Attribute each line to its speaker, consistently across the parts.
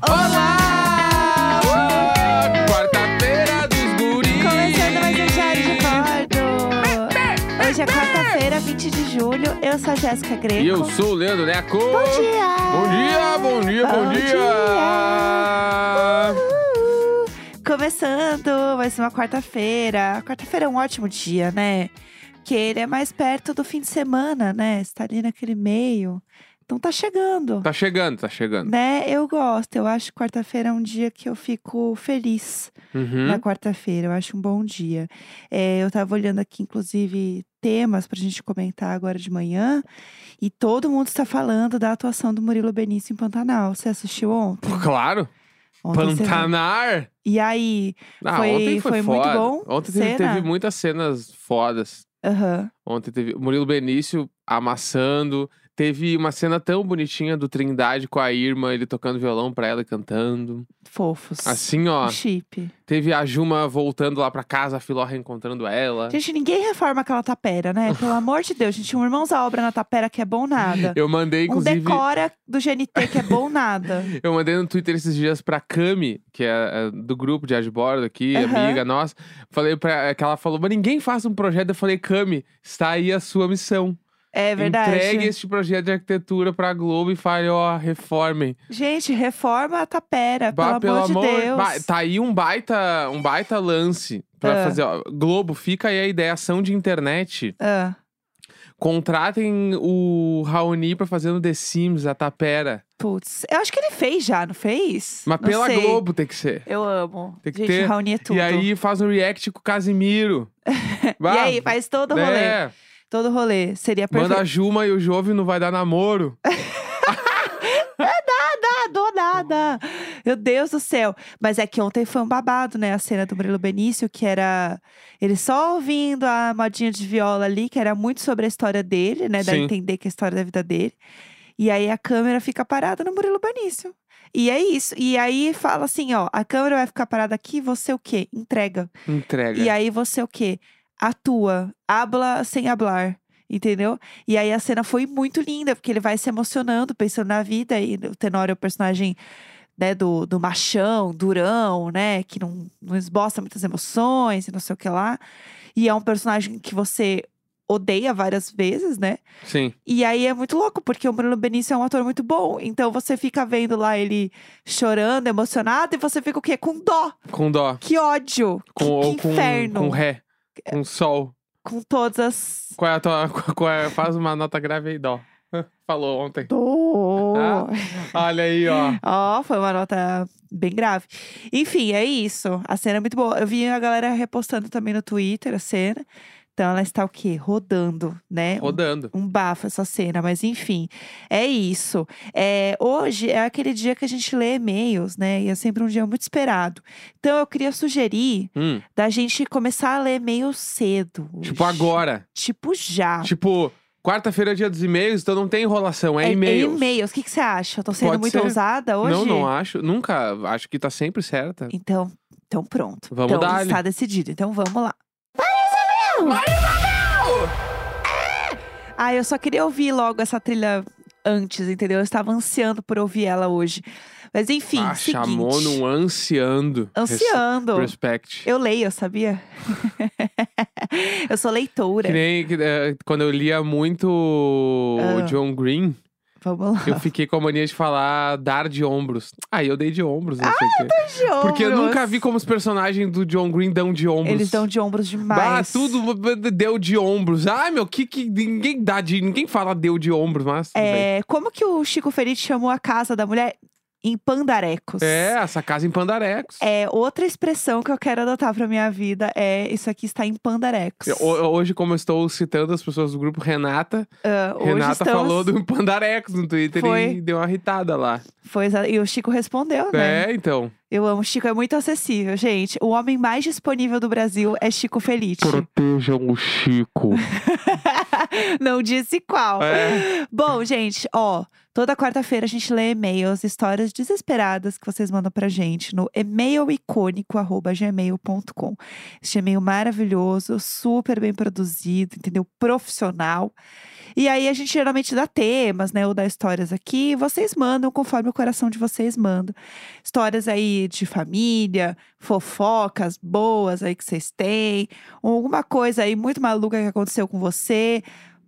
Speaker 1: tá um Hoje é quarta-feira, 20 de julho. Eu sou a Jéssica Greco.
Speaker 2: E eu sou o Leandro Neco.
Speaker 1: Bom dia!
Speaker 2: Bom dia, bom dia, bom,
Speaker 1: Bom
Speaker 2: dia!
Speaker 1: dia. Uhul. Começando mais uma quarta-feira. Quarta-feira é um ótimo dia, né? Porque ele é mais perto do fim de semana, né? Está ali naquele meio. Então tá chegando.
Speaker 2: Tá chegando, tá chegando.
Speaker 1: Né? Eu gosto. Eu acho que quarta-feira é um dia que eu fico feliz
Speaker 2: Uhum.
Speaker 1: na quarta-feira. Eu acho um bom dia. É, eu tava olhando aqui, inclusive, temas pra gente comentar agora de manhã. E todo mundo está falando da atuação do Murilo Benício em Pantanal. Você assistiu ontem?
Speaker 2: Pô, Claro,
Speaker 1: Ontem você-
Speaker 2: Pantanar.
Speaker 1: E aí?
Speaker 2: Ah,
Speaker 1: Foi-
Speaker 2: ontem foi,
Speaker 1: foi muito
Speaker 2: foda.
Speaker 1: bom.
Speaker 2: Ontem teve,
Speaker 1: Cena.
Speaker 2: teve muitas cenas fodas.
Speaker 1: Aham.
Speaker 2: Ontem teve Murilo Benício amassando. Teve uma cena tão bonitinha do Trindade com a irmã, ele tocando violão pra ela e cantando.
Speaker 1: Fofos. Um
Speaker 2: Assim, ó.
Speaker 1: Chip.
Speaker 2: Teve a Juma voltando lá pra casa, a Filó reencontrando ela.
Speaker 1: Gente, ninguém reforma aquela tapera, né? Pelo amor de Deus, gente. Um irmãos à obra na tapera que é bom nada.
Speaker 2: Eu mandei,
Speaker 1: Um
Speaker 2: inclusive.
Speaker 1: decora do GNT que é bom nada.
Speaker 2: Eu mandei no Twitter esses dias pra Cami, que é, é, do grupo de Adbordo aqui,
Speaker 1: Aham.
Speaker 2: amiga nossa. Falei pra é, que ela falou, mas ninguém faz um projeto. Eu falei, Cami, está aí a sua missão.
Speaker 1: É verdade.
Speaker 2: Entregue este projeto de arquitetura pra Globo e fale, ó, reformem.
Speaker 1: Gente, reforma a tapera,
Speaker 2: Bah,
Speaker 1: É, pelo, amor, de Deus.
Speaker 2: Bah, tá aí um baita, um baita lance pra
Speaker 1: Ah.
Speaker 2: fazer, ó. Globo, fica aí a ideia, ação de internet.
Speaker 1: Ah,
Speaker 2: Contratem o Raoni pra fazer no The Sims, a Tapera.
Speaker 1: putz, eu acho que ele fez já, não fez?
Speaker 2: Mas
Speaker 1: Não
Speaker 2: pela
Speaker 1: sei.
Speaker 2: Globo tem que ser.
Speaker 1: Eu amo.
Speaker 2: Tem que
Speaker 1: Gente,
Speaker 2: ter.
Speaker 1: Raoni é tudo.
Speaker 2: E aí faz um react com o Casimiro.
Speaker 1: E aí, faz todo o rolê.
Speaker 2: É,
Speaker 1: Todo rolê. Seria perfeito.
Speaker 2: manda a Juma e o Jove não vai dar namoro.
Speaker 1: Ah, do nada! Meu Deus do céu. Mas é que ontem foi um babado, né? A cena do Murilo Benício, que era ele só ouvindo a modinha de viola ali, que era muito sobre a história dele, né? Dá a
Speaker 2: Sim.
Speaker 1: entender que é a história da vida dele. E aí a câmera fica parada no Murilo Benício. E é isso. E aí fala assim: ó, a câmera vai ficar parada aqui, você o quê? Entrega.
Speaker 2: Entrega.
Speaker 1: E aí você é o quê? Atua. Habla sem hablar. Entendeu? E aí a cena foi muito linda, porque ele vai se emocionando, pensando na vida. E o Tenório é o personagem né, do, do machão, durão, né? Que não, não esboça muitas emoções e não sei o que lá. E é um personagem que você odeia várias vezes, né?
Speaker 2: Sim.
Speaker 1: E aí é muito louco, porque o Bruno Benício é um ator muito bom. Então você fica vendo lá ele chorando, emocionado, e você fica o quê? Com dó.
Speaker 2: Com dó.
Speaker 1: Que ódio!
Speaker 2: Com,
Speaker 1: que,
Speaker 2: ou
Speaker 1: que
Speaker 2: com,
Speaker 1: inferno!
Speaker 2: com ré. Com sol.
Speaker 1: com todas as.
Speaker 2: Qual é a tua. qual é- faz uma nota grave aí, dó. Falou ontem.
Speaker 1: Dó.
Speaker 2: Ah. Olha aí, ó.
Speaker 1: Ó, foi uma nota bem grave. Enfim, é isso. A cena é muito boa. Eu vi a galera repostando também no Twitter a cena. Então ela está o quê? Rodando, né? Um
Speaker 2: Rodando.
Speaker 1: um bafo essa cena, mas enfim, é isso. É, hoje é aquele dia que a gente lê e-mails, né? E é sempre um dia muito esperado. Então eu queria sugerir
Speaker 2: Hum,
Speaker 1: da gente começar a ler e-mail cedo.
Speaker 2: tipo
Speaker 1: hoje.
Speaker 2: agora.
Speaker 1: Tipo já.
Speaker 2: Tipo, quarta-feira é dia dos e-mails, então não tem enrolação, é, e-mail.
Speaker 1: e-mails. O que, que você acha? Eu tô sendo
Speaker 2: Pode
Speaker 1: muito
Speaker 2: ser.
Speaker 1: ousada hoje?
Speaker 2: Não, não acho. Nunca. Acho que tá sempre certa.
Speaker 1: Então, então pronto.
Speaker 2: Vamos
Speaker 1: então
Speaker 2: dar-lhe.
Speaker 1: está decidido. Então vamos lá. Ah, eu só queria ouvir logo essa trilha antes, entendeu? Eu estava ansiando por ouvir ela hoje. Mas enfim,
Speaker 2: ah,
Speaker 1: seguinte.
Speaker 2: chamou num ansiando.
Speaker 1: Ansiando.
Speaker 2: Respect.
Speaker 1: Eu leio, sabia? eu sou leitora.
Speaker 2: Que nem que, eh, quando eu lia muito
Speaker 1: Ah.
Speaker 2: o John Green,
Speaker 1: Vamos lá.
Speaker 2: eu fiquei com a mania de falar dar de ombros. Ah, eu dei de ombros, não sei o quê. Porque eu
Speaker 1: Ah, ombros.
Speaker 2: nunca vi como os personagens do John Green dão de ombros.
Speaker 1: Eles dão de ombros demais.
Speaker 2: Bah, tudo deu de ombros. Ah, meu, que que ninguém dá de, ninguém fala deu de ombros, mas tudo bem.
Speaker 1: É, como que o Chico Ferite chamou a casa da mulher em pandarecos?
Speaker 2: é essa casa em Pandarecos.
Speaker 1: É, outra expressão que eu quero adotar pra minha vida é isso aqui está em pandarecos.
Speaker 2: Eu- ho- Hoje, como eu estou citando as pessoas do grupo Renata,
Speaker 1: Ah, hoje
Speaker 2: Renata
Speaker 1: estamos-
Speaker 2: falou do Pandarecos no Twitter
Speaker 1: Foi.
Speaker 2: e deu uma irritada lá.
Speaker 1: Foi exa- E o Chico respondeu, né?
Speaker 2: É, então.
Speaker 1: Eu amo o Chico, é muito acessível, gente. O homem mais disponível do Brasil é Chico Felite.
Speaker 2: Protejam o Chico.
Speaker 1: Não disse qual.
Speaker 2: É.
Speaker 1: Bom, gente, ó, Toda quarta-feira a gente lê e-mails, histórias desesperadas que vocês mandam pra gente no e-mailicônico.gmail.com. Este e-mail maravilhoso, super bem produzido, entendeu? Profissional. E aí a gente geralmente dá temas, né? Ou dá histórias aqui. e Vocês mandam conforme o coração de vocês manda. Histórias aí de família, fofocas boas aí que vocês têm. Ou alguma coisa aí muito maluca que aconteceu com você.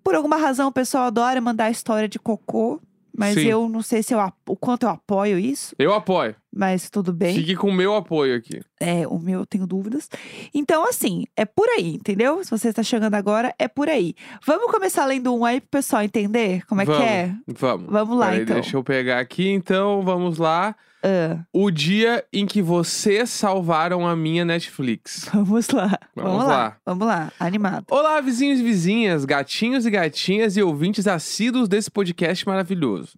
Speaker 1: Por alguma razão, o pessoal adora mandar história de cocô. Mas
Speaker 2: Sim.
Speaker 1: eu não sei se eu, ap- o quanto eu apoio isso,
Speaker 2: Eu apoio.
Speaker 1: mas tudo bem.
Speaker 2: Fique com o meu apoio aqui.
Speaker 1: É, o meu eu tenho dúvidas. Então, assim, é por aí, entendeu? Se você está chegando agora, é por aí. Vamos começar lendo um aí pro pessoal entender como é
Speaker 2: Vamos.
Speaker 1: que é?
Speaker 2: Vamos.
Speaker 1: Vamos lá,
Speaker 2: Peraí,
Speaker 1: então.
Speaker 2: Deixa eu pegar aqui, então. Vamos lá.
Speaker 1: Ah,
Speaker 2: O dia em que vocês salvaram a minha Netflix.
Speaker 1: vamos lá.
Speaker 2: Vamos lá.
Speaker 1: Vamos lá, animado.
Speaker 2: Olá, vizinhos e vizinhas, gatinhos e gatinhas e ouvintes assíduos desse podcast maravilhoso.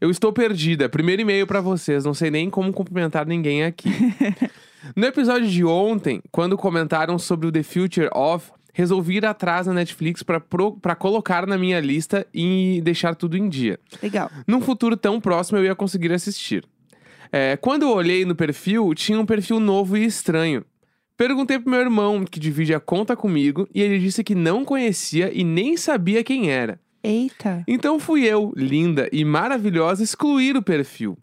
Speaker 2: Eu estou perdida. é Primeiro e-mail pra vocês, não sei nem como cumprimentar ninguém aqui. no episódio de ontem, quando comentaram sobre o The Future of, resolvi ir atrás na Netflix pra pro- pra colocar na minha lista e deixar tudo em dia.
Speaker 1: Legal.
Speaker 2: Num futuro tão próximo eu ia conseguir assistir. É, quando eu olhei no perfil, tinha um perfil novo e estranho. Perguntei pro meu irmão, que divide a conta comigo, e ele disse que não conhecia e nem sabia quem era.
Speaker 1: Eita.
Speaker 2: Então fui eu, linda e maravilhosa, excluir o perfil.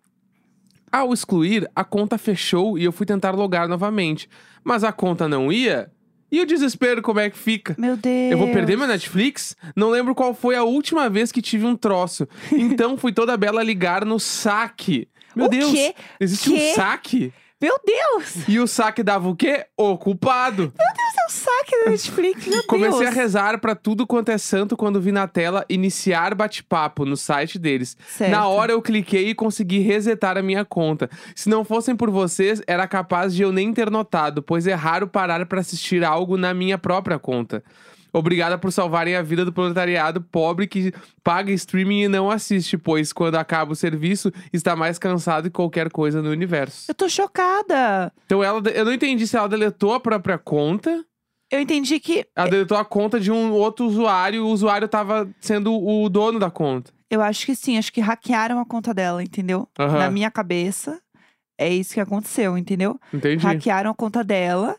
Speaker 2: Ao excluir, a conta fechou e eu fui tentar logar novamente. Mas a conta não ia? E o desespero como é que fica?
Speaker 1: Meu Deus.
Speaker 2: Eu vou perder meu Netflix? Não lembro qual foi a última vez que tive um troço. Então fui toda bela ligar no saque. Meu
Speaker 1: o
Speaker 2: Deus,
Speaker 1: quê?
Speaker 2: existe
Speaker 1: Quê?
Speaker 2: um saque?
Speaker 1: Meu Deus!
Speaker 2: E o saque dava o quê? Ocupado.
Speaker 1: Esse é o saque da Netflix, meu
Speaker 2: Comecei a
Speaker 1: Deus.
Speaker 2: rezar pra tudo quanto é santo quando vi na tela iniciar bate-papo no site deles.
Speaker 1: Certo.
Speaker 2: Na hora eu cliquei e consegui resetar a minha conta. Se não fossem por vocês, era capaz de eu nem ter notado, pois é raro parar pra assistir algo na minha própria conta. Obrigada por salvarem a vida do proletariado pobre que paga streaming e não assiste, pois quando acaba o serviço, está mais cansado que qualquer coisa no universo.
Speaker 1: Eu tô chocada.
Speaker 2: Então ela, eu não entendi se ela deletou a própria conta,
Speaker 1: Eu entendi que.
Speaker 2: ela deletou a conta de um outro usuário e o usuário tava sendo o dono da conta.
Speaker 1: Eu acho que sim, acho que hackearam a conta dela, entendeu?
Speaker 2: Aham.
Speaker 1: Na minha cabeça, é isso que aconteceu, entendeu?
Speaker 2: Entendi.
Speaker 1: hackearam a conta dela.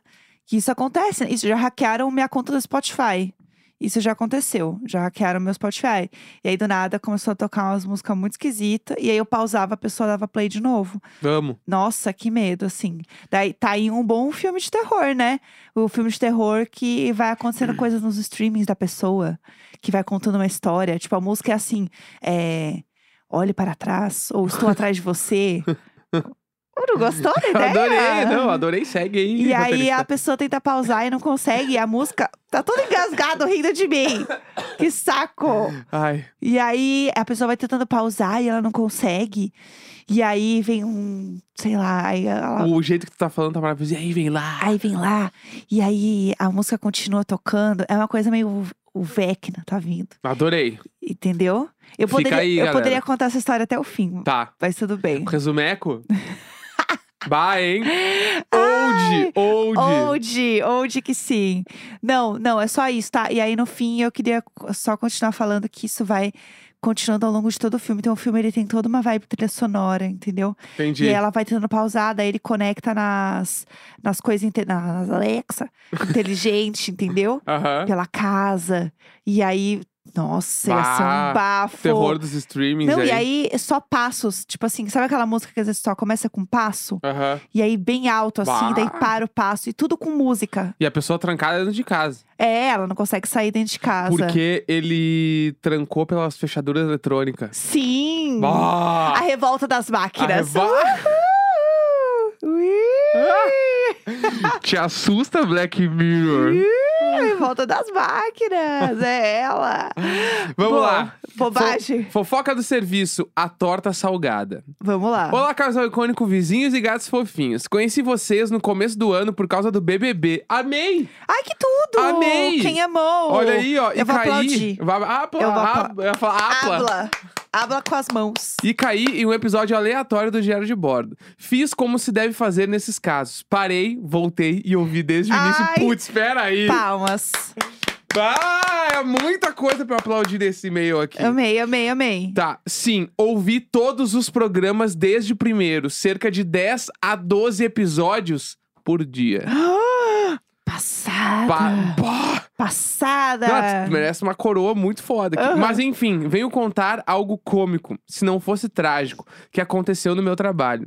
Speaker 1: Que isso acontece. né? Isso já hackearam minha conta do Spotify. Isso já aconteceu. Já hackearam meu Spotify. E aí, do nada, começou a tocar umas músicas muito esquisitas. E aí eu pausava, a pessoa dava play de novo.
Speaker 2: Vamos.
Speaker 1: Nossa, que medo, assim. Daí tá aí um bom filme de terror, né? O filme de terror que vai acontecendo coisas nos streamings da pessoa, que vai contando uma história. Tipo, a música é assim: é, olhe para trás, ou estou atrás de você. Não gostou da ideia?
Speaker 2: Adorei, não, adorei, segue aí.
Speaker 1: E aí
Speaker 2: roteirista.
Speaker 1: a pessoa tenta pausar e não consegue, e a música tá toda engasgada rindo de mim. Que saco!
Speaker 2: Ai,
Speaker 1: E aí a pessoa vai tentando pausar e ela não consegue. E aí vem um, sei lá, aí ela-
Speaker 2: o jeito que tu tá falando tá maravilhoso. E aí, vem lá.
Speaker 1: aí vem lá, e aí a música continua tocando. É uma coisa meio o Vecna tá vindo,
Speaker 2: Adorei.
Speaker 1: entendeu? Eu
Speaker 2: Fica
Speaker 1: poderia,
Speaker 2: aí,
Speaker 1: eu
Speaker 2: galera.
Speaker 1: poderia contar essa história até o fim,
Speaker 2: Tá.
Speaker 1: mas tudo bem.
Speaker 2: Resumeco? bah, hein? Old, old.
Speaker 1: Old, old que sim. Não, não, é só isso, tá? E aí no fim eu queria co- só continuar falando que isso vai continuando ao longo de todo o filme. Então o filme ele tem toda uma vibe trilha sonora, entendeu?
Speaker 2: Entendi.
Speaker 1: E aí ela vai tentando pausar, daí ele conecta nas, nas coisas, inte- nas Alexa, inteligente, entendeu?
Speaker 2: Aham.
Speaker 1: Pela casa. E aí, nossa, ia ser
Speaker 2: Bah,
Speaker 1: um bafo.
Speaker 2: Terror dos streamings
Speaker 1: Não,
Speaker 2: aí.
Speaker 1: e aí só passos. Tipo assim, sabe aquela música que às vezes só começa com passo?
Speaker 2: Aham.
Speaker 1: E aí, bem alto, assim,
Speaker 2: Bah.
Speaker 1: daí para o passo, e tudo com música.
Speaker 2: E a pessoa trancada dentro de casa.
Speaker 1: É, ela não consegue sair dentro de casa.
Speaker 2: Porque ele trancou pelas fechaduras eletrônicas.
Speaker 1: Sim!
Speaker 2: Bah!
Speaker 1: A revolta das máquinas. Uh!
Speaker 2: A reva-
Speaker 1: Uhul!
Speaker 2: Ah!
Speaker 1: Ui!
Speaker 2: Te assusta, Black Mirror.
Speaker 1: A revolta das máquinas! É ela!
Speaker 2: Vamos
Speaker 1: Boa.
Speaker 2: lá.
Speaker 1: Bobagem.
Speaker 2: Fofoca do serviço, a torta salgada.
Speaker 1: Vamos lá.
Speaker 2: Olá, casal icônico, vizinhos e gatos fofinhos. Conheci vocês no começo do ano por causa do BBB. Amei!
Speaker 1: Ai, que tudo!
Speaker 2: Amei!
Speaker 1: Quem amou?
Speaker 2: Olha aí, ó. e
Speaker 1: Oh, eu vou
Speaker 2: caí.
Speaker 1: aplaudir.
Speaker 2: Vai- Apla,
Speaker 1: Eu vou apla-
Speaker 2: apla, eu ia falar apla.
Speaker 1: Habla! Habla com as mãos.
Speaker 2: E caí em um episódio aleatório do Diário de Bordo. Fiz como se deve fazer nesses casos. Parei, voltei e ouvi desde o início.
Speaker 1: Ai.
Speaker 2: Putz, espera aí.
Speaker 1: Palmas.
Speaker 2: Ah, é muita coisa pra eu aplaudir desse e-mail aqui.
Speaker 1: Amei, amei, amei.
Speaker 2: Tá, sim, ouvi todos os programas desde o primeiro, cerca de 10 a 12 episódios por dia.
Speaker 1: Ah, Passada.
Speaker 2: Pa- Pá!
Speaker 1: Passada.
Speaker 2: Não, tu merece uma coroa muito foda. aqui.
Speaker 1: Tá. Aham.
Speaker 2: Mas enfim, venho contar algo cômico, se não fosse trágico, que aconteceu no meu trabalho.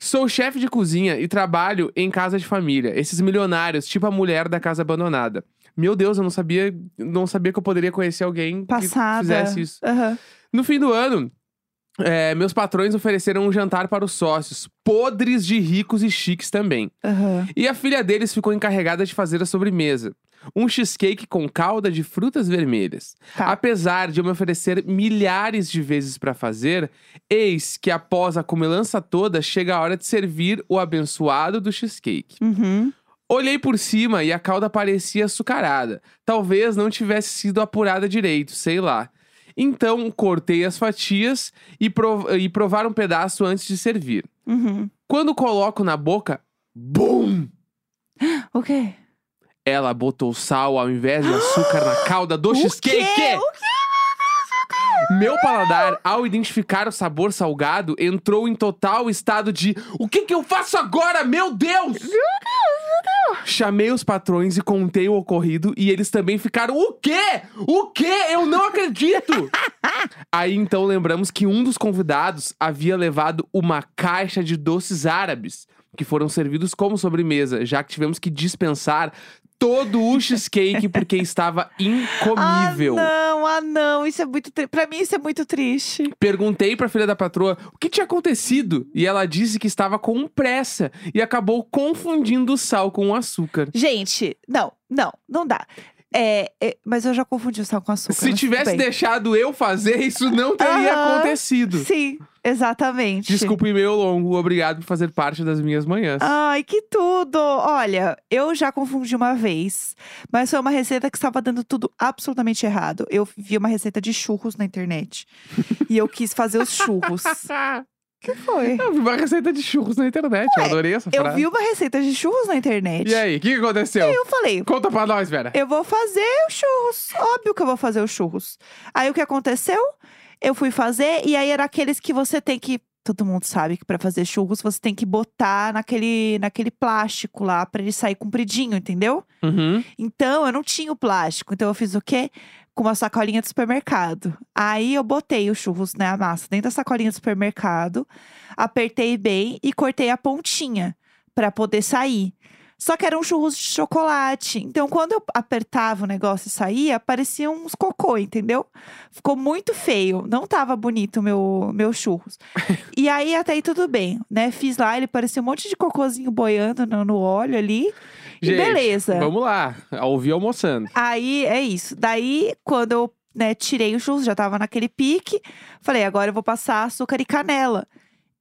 Speaker 2: Sou chefe de cozinha e trabalho em casa de família. Esses milionários, tipo a mulher da casa abandonada. Meu Deus, eu não sabia, não sabia que eu poderia conhecer alguém
Speaker 1: Passada.
Speaker 2: que fizesse isso.
Speaker 1: Aham.
Speaker 2: No fim do ano, eh, meus patrões ofereceram um jantar para os sócios, podres de ricos e chiques também.
Speaker 1: aham.
Speaker 2: E a filha deles ficou encarregada de fazer a sobremesa. Um cheesecake com calda de frutas vermelhas.
Speaker 1: Tá.
Speaker 2: Apesar de eu me oferecer milhares de vezes para fazer, eis que após a comilança toda, chega a hora de servir o abençoado do cheesecake.
Speaker 1: Uhum.
Speaker 2: Olhei por cima e a calda parecia açucarada. Talvez não tivesse sido apurada direito, sei lá. Então, cortei as fatias e, prov- e provar um pedaço antes de servir.
Speaker 1: Uhum.
Speaker 2: Quando coloco na boca, BUM!
Speaker 1: O quê?
Speaker 2: Ela botou sal ao invés de açúcar na calda do cheesecake.
Speaker 1: quê? O
Speaker 2: Meu paladar, ao identificar o sabor salgado, entrou em total estado de: O que que eu faço agora, meu Deus? Chamei os patrões e contei o ocorrido e eles também ficaram: O quê? O quê? Eu não acredito! Aí então lembramos que um dos convidados havia levado uma caixa de doces árabes, que foram servidos como sobremesa, já que tivemos que dispensar todo o cheesecake porque estava incomível.
Speaker 1: Ah, não, ah, não. Isso é muito triste. Pra mim, isso é muito triste.
Speaker 2: Perguntei pra filha da patroa o que tinha acontecido e ela disse que estava com pressa e acabou confundindo o sal com o açúcar.
Speaker 1: Gente, não, não, não dá. É, é, mas eu já confundi o sal com açúcar.
Speaker 2: Se
Speaker 1: mas tudo
Speaker 2: tivesse
Speaker 1: bem.
Speaker 2: deixado eu fazer, isso não teria
Speaker 1: Aham.
Speaker 2: acontecido.
Speaker 1: Sim, exatamente.
Speaker 2: Desculpa o e-mail longo, obrigado por fazer parte das minhas manhãs.
Speaker 1: Ai, que tudo! Olha, eu já confundi uma vez, mas foi uma receita que estava dando tudo absolutamente errado. Eu vi uma receita de churros na internet e eu quis fazer os churros. que foi?
Speaker 2: Ah, Eu vi uma receita de churros na internet, eu
Speaker 1: Ué,
Speaker 2: adorei essa
Speaker 1: Eu
Speaker 2: frase.
Speaker 1: vi uma receita de churros na internet.
Speaker 2: E aí, o que que aconteceu?
Speaker 1: Eu um falei,
Speaker 2: Conta pra nós, Vera.
Speaker 1: eu vou fazer os churros. Óbvio que eu vou fazer os churros. Aí o que aconteceu? Eu fui fazer, e aí era aqueles que você tem que. Todo mundo sabe que pra fazer churros você tem que botar naquele, naquele plástico lá pra ele sair compridinho, entendeu?
Speaker 2: Uhum.
Speaker 1: Então eu não tinha o plástico. Então eu fiz o quê? Com uma sacolinha do supermercado. Aí eu botei os churros, né, a massa, dentro da sacolinha do supermercado, apertei bem e cortei a pontinha pra poder sair. Só que eram churros de chocolate. Então, quando eu apertava o negócio e saía, parecia uns cocô, entendeu? Ficou muito feio. Não tava bonito o meu, meu churros. e aí, até aí, tudo bem, né? Fiz lá, ele parecia um monte de cocôzinho boiando no, no óleo ali.
Speaker 2: Gente,
Speaker 1: e beleza.
Speaker 2: Vamos lá, ouvi almoçando.
Speaker 1: Aí é isso. Daí, quando eu né, tirei o churros, já tava naquele pique, falei, agora eu vou passar açúcar e canela.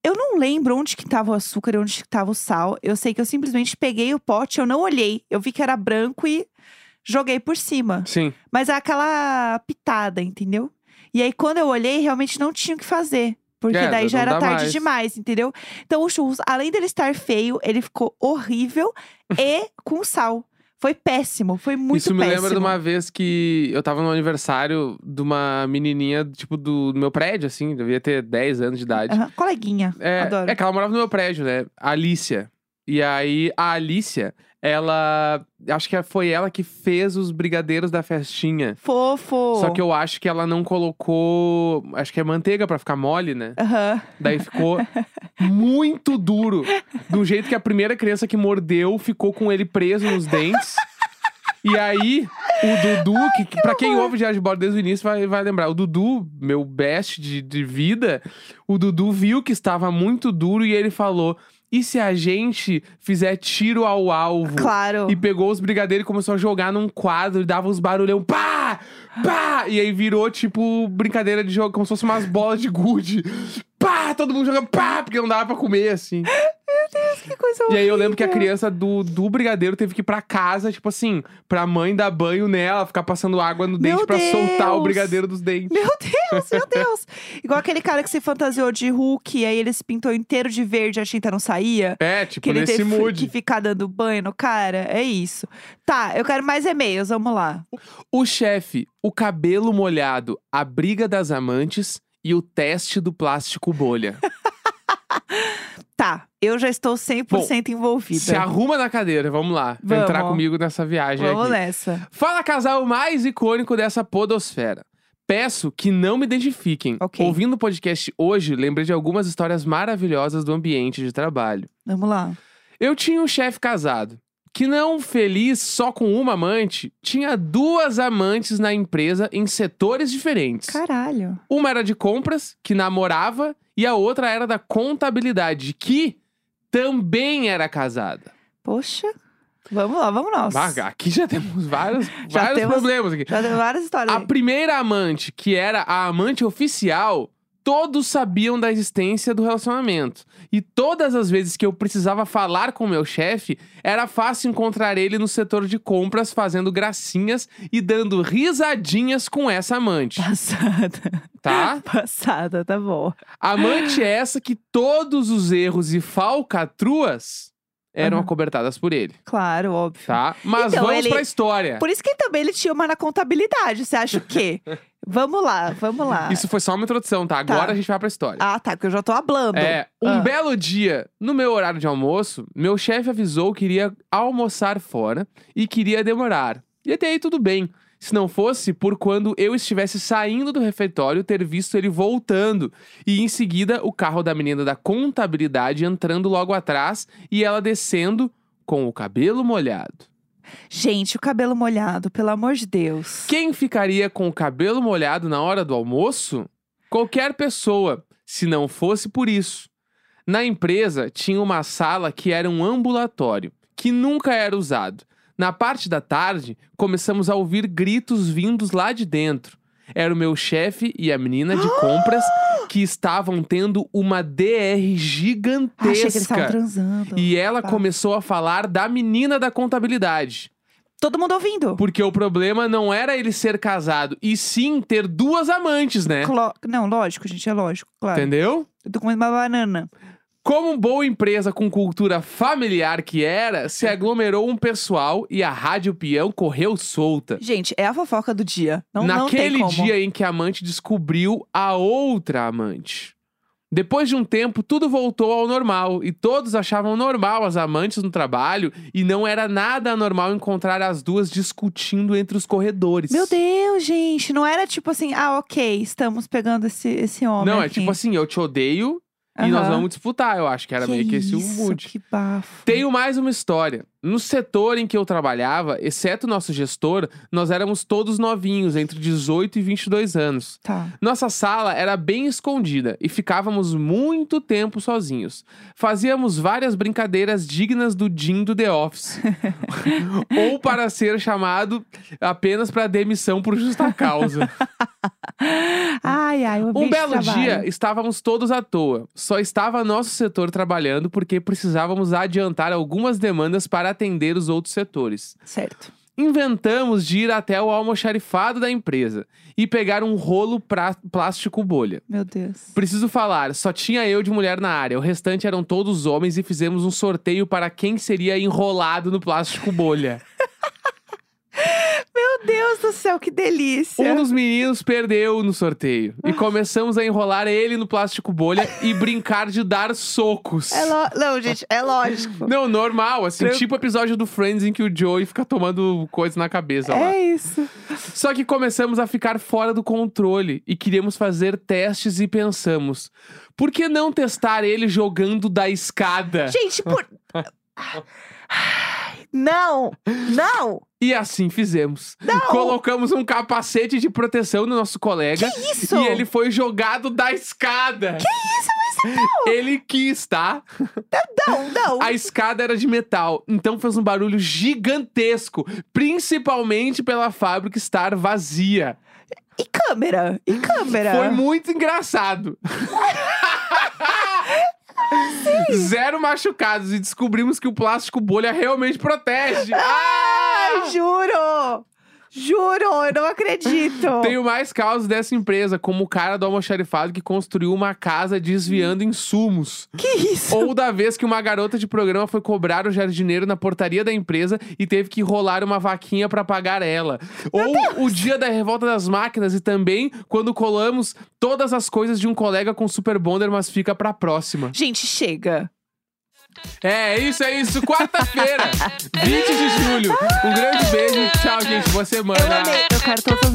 Speaker 1: Eu não lembro onde que tava o açúcar e onde que tava o sal. Eu sei que eu simplesmente peguei o pote, eu não olhei. Eu vi que era branco e joguei por cima.
Speaker 2: Sim.
Speaker 1: Mas é aquela pitada, entendeu? E aí, quando eu olhei, realmente não tinha o que fazer. Porque
Speaker 2: É,
Speaker 1: daí já
Speaker 2: não
Speaker 1: era
Speaker 2: dá
Speaker 1: tarde
Speaker 2: mais.
Speaker 1: demais, entendeu? Então, o churros, além dele estar feio, ele ficou horrível e com sal. Foi péssimo, foi muito
Speaker 2: Isso me
Speaker 1: péssimo.
Speaker 2: lembra de uma vez que eu tava no aniversário de uma menininha, tipo, do, do meu prédio, assim, devia ter 10 anos de idade.
Speaker 1: Aham, Coleguinha,
Speaker 2: É,
Speaker 1: adoro.
Speaker 2: é que ela morava no meu prédio, né? A Alicia. E aí, a Alicia, ela. Acho que foi ela que fez os brigadeiros da festinha.
Speaker 1: Fofo.
Speaker 2: Só que eu acho que ela não colocou. Acho que é manteiga pra ficar mole, né?
Speaker 1: Aham.
Speaker 2: Daí ficou muito duro. Do jeito que a primeira criança que mordeu ficou com ele preso nos dentes. E aí, o Dudu, que, pra quem ouve Diário de Bordo desde o início, vai, vai lembrar. O Dudu, meu best de, de vida, o Dudu viu que estava muito duro e ele falou: e se a gente fizer tiro ao alvo?
Speaker 1: Claro.
Speaker 2: E pegou os brigadeiros e começou a jogar num quadro e dava uns barulhão. Pá! Pá! E aí virou, tipo, brincadeira de jogo, como se fosse umas bolas de gude. Pá! Todo mundo jogando pá! Porque não dava pra comer, assim.
Speaker 1: Que coisa
Speaker 2: E aí eu lembro que a
Speaker 1: horrível.
Speaker 2: criança do, do brigadeiro teve que ir pra casa, tipo assim, pra mãe dar banho nela, ficar passando água no dente
Speaker 1: Meu
Speaker 2: pra soltar o
Speaker 1: Deus!
Speaker 2: brigadeiro dos dentes.
Speaker 1: Meu Deus! Deus, meu Deus. Igual aquele cara que se fantasiou de Hulk, e aí ele se pintou inteiro de verde, a tinta não saía.
Speaker 2: É, tipo,
Speaker 1: Que ele
Speaker 2: nesse
Speaker 1: teve
Speaker 2: mood.
Speaker 1: que ficar dando banho no cara. É isso. Tá, eu quero mais e-mails, vamos lá.
Speaker 2: O chefe, o cabelo molhado, a briga das amantes e o teste do plástico bolha.
Speaker 1: Tá, eu já estou 100% envolvida.
Speaker 2: Se arruma na cadeira, vamos lá.
Speaker 1: Vamos.
Speaker 2: Entrar comigo nessa viagem
Speaker 1: Vamos
Speaker 2: aqui.
Speaker 1: nessa.
Speaker 2: Fala, casal mais icônico dessa podosfera. Peço que não me identifiquem.
Speaker 1: Ok.
Speaker 2: Ouvindo o podcast hoje, lembrei de algumas histórias maravilhosas do ambiente de trabalho.
Speaker 1: Vamos lá.
Speaker 2: Eu tinha um chefe casado, que não feliz só com uma amante, tinha duas amantes na empresa em setores diferentes.
Speaker 1: Caralho.
Speaker 2: Uma era de compras, que namorava, e a outra era da contabilidade, que também era casada.
Speaker 1: Poxa. Vamos lá, vamos nós.
Speaker 2: Ah, aqui já temos vários,
Speaker 1: Já
Speaker 2: vários
Speaker 1: temos-
Speaker 2: problemas aqui.
Speaker 1: Já deu várias histórias.
Speaker 2: A
Speaker 1: aí.
Speaker 2: primeira amante, que era a amante oficial, todos sabiam da existência do relacionamento. E todas as vezes que eu precisava falar com meu chefe, era fácil encontrar ele no setor de compras fazendo gracinhas e dando risadinhas com essa amante,
Speaker 1: Passada.
Speaker 2: tá?
Speaker 1: Passada, tá bom.
Speaker 2: Amante é essa que todos os erros e falcatruas eram
Speaker 1: Aham.
Speaker 2: acobertadas por ele,
Speaker 1: Claro, óbvio.
Speaker 2: tá? Mas
Speaker 1: Então,
Speaker 2: vamos
Speaker 1: ele-
Speaker 2: pra história.
Speaker 1: Por isso que também ele tinha uma na contabilidade. Você acha o quê? vamos lá, vamos lá.
Speaker 2: Isso foi só uma introdução, tá? Agora
Speaker 1: Tá.
Speaker 2: a gente vai pra história.
Speaker 1: Ah, tá, porque eu já tô hablando.
Speaker 2: É, um
Speaker 1: Ah.
Speaker 2: belo dia, no meu horário de almoço, meu chefe avisou que iria almoçar fora e queria demorar. E até aí tudo bem, se não fosse por quando eu estivesse saindo do refeitório ter visto ele voltando e em seguida o carro da menina da contabilidade entrando logo atrás e ela descendo com o cabelo molhado.
Speaker 1: Gente, o cabelo molhado, pelo amor de Deus.
Speaker 2: Quem ficaria com o cabelo molhado na hora do almoço? Qualquer pessoa, se não fosse por isso. Na empresa tinha uma sala que era um ambulatório, que nunca era usado. Na parte da tarde, começamos a ouvir gritos vindos lá de dentro. Era o meu chefe e a menina de compras que estavam tendo uma DR
Speaker 1: Ah, Achei que eles
Speaker 2: gigantesca.
Speaker 1: estavam transando.
Speaker 2: e ela
Speaker 1: Tá.
Speaker 2: começou a falar da menina da contabilidade.
Speaker 1: Todo mundo ouvindo.
Speaker 2: Porque o problema não era ele ser casado, e sim ter duas amantes, né?
Speaker 1: Clo- Não, lógico, gente, é lógico, claro.
Speaker 2: Entendeu?
Speaker 1: Eu tô comendo uma banana.
Speaker 2: Como boa empresa com cultura familiar que era, se aglomerou um pessoal e a Rádio Peão correu solta.
Speaker 1: Gente, é a fofoca do dia. Não, não tem
Speaker 2: Naquele
Speaker 1: como.
Speaker 2: dia em que a amante descobriu a outra amante. Depois de um tempo, tudo voltou ao normal e todos achavam normal as amantes no trabalho e não era nada anormal encontrar as duas discutindo entre os corredores.
Speaker 1: Meu Deus, gente, não era tipo assim, ah, ok, estamos pegando esse, esse homem.
Speaker 2: Não, é
Speaker 1: aqui.
Speaker 2: tipo assim, eu te odeio, E nós
Speaker 1: Aham.
Speaker 2: vamos disputar, eu acho que era meio que esse o
Speaker 1: isso,
Speaker 2: mood.
Speaker 1: Que bafo.
Speaker 2: Tenho mais uma história. No setor em que eu trabalhava, exceto o nosso gestor, nós éramos todos novinhos, entre 18 e 22 anos.
Speaker 1: Tá.
Speaker 2: Nossa sala era bem escondida e ficávamos muito tempo sozinhos. Fazíamos várias brincadeiras dignas do Jim do The Office. Ou para ser chamado apenas para demissão por justa causa.
Speaker 1: Ai, ai, eu
Speaker 2: Um
Speaker 1: odeio
Speaker 2: belo
Speaker 1: esse trabalho.
Speaker 2: dia, estávamos todos à toa. Só estava nosso setor trabalhando porque precisávamos adiantar algumas demandas para atender os outros setores.
Speaker 1: Certo.
Speaker 2: Inventamos de ir até o almoxarifado da empresa e pegar um rolo pra- plástico bolha.
Speaker 1: Meu Deus.
Speaker 2: Preciso falar, só tinha eu de mulher na área, o restante eram todos homens e fizemos um sorteio para quem seria enrolado no plástico bolha.
Speaker 1: Meu Deus do céu, que delícia.
Speaker 2: Um dos meninos perdeu no sorteio e começamos a enrolar ele no plástico bolha e brincar de dar socos.
Speaker 1: É lo- Não, gente, é lógico.
Speaker 2: Não, normal, assim,
Speaker 1: Tran-
Speaker 2: tipo o episódio do Friends em que o Joey fica tomando coisa na cabeça lá.
Speaker 1: é isso.
Speaker 2: Só que começamos a ficar fora do controle e queríamos fazer testes e pensamos, por que não testar ele jogando da escada?
Speaker 1: Gente, por. Não! Não!
Speaker 2: E assim fizemos. Colocamos um capacete de proteção no nosso colega
Speaker 1: Isso!
Speaker 2: e ele foi jogado da escada. Que isso, mas Ele quis, tá?
Speaker 1: Não, não!
Speaker 2: A escada era de metal, então fez um barulho gigantesco, principalmente pela fábrica estar vazia.
Speaker 1: E câmera? E câmera?
Speaker 2: Foi muito engraçado. Zero machucados e descobrimos que o plástico bolha realmente protege. Ah!
Speaker 1: Ai, juro! Juro, eu não acredito.
Speaker 2: Tenho mais casos dessa empresa, como o cara do almoxarifado que construiu uma casa desviando insumos.
Speaker 1: Que isso?
Speaker 2: Ou da vez que uma garota de programa foi cobrar o jardineiro na portaria da empresa e teve que rolar uma vaquinha pra pagar ela. Ou o dia da revolta das máquinas e também quando colamos todas as coisas de um colega com Super Bonder, mas fica pra próxima.
Speaker 1: Gente, chega.
Speaker 2: É, isso é isso. Quarta-feira, 20 de julho. Um grande beijo. Tchau, gente. Boa semana.
Speaker 1: Eu amei. Eu quero todas as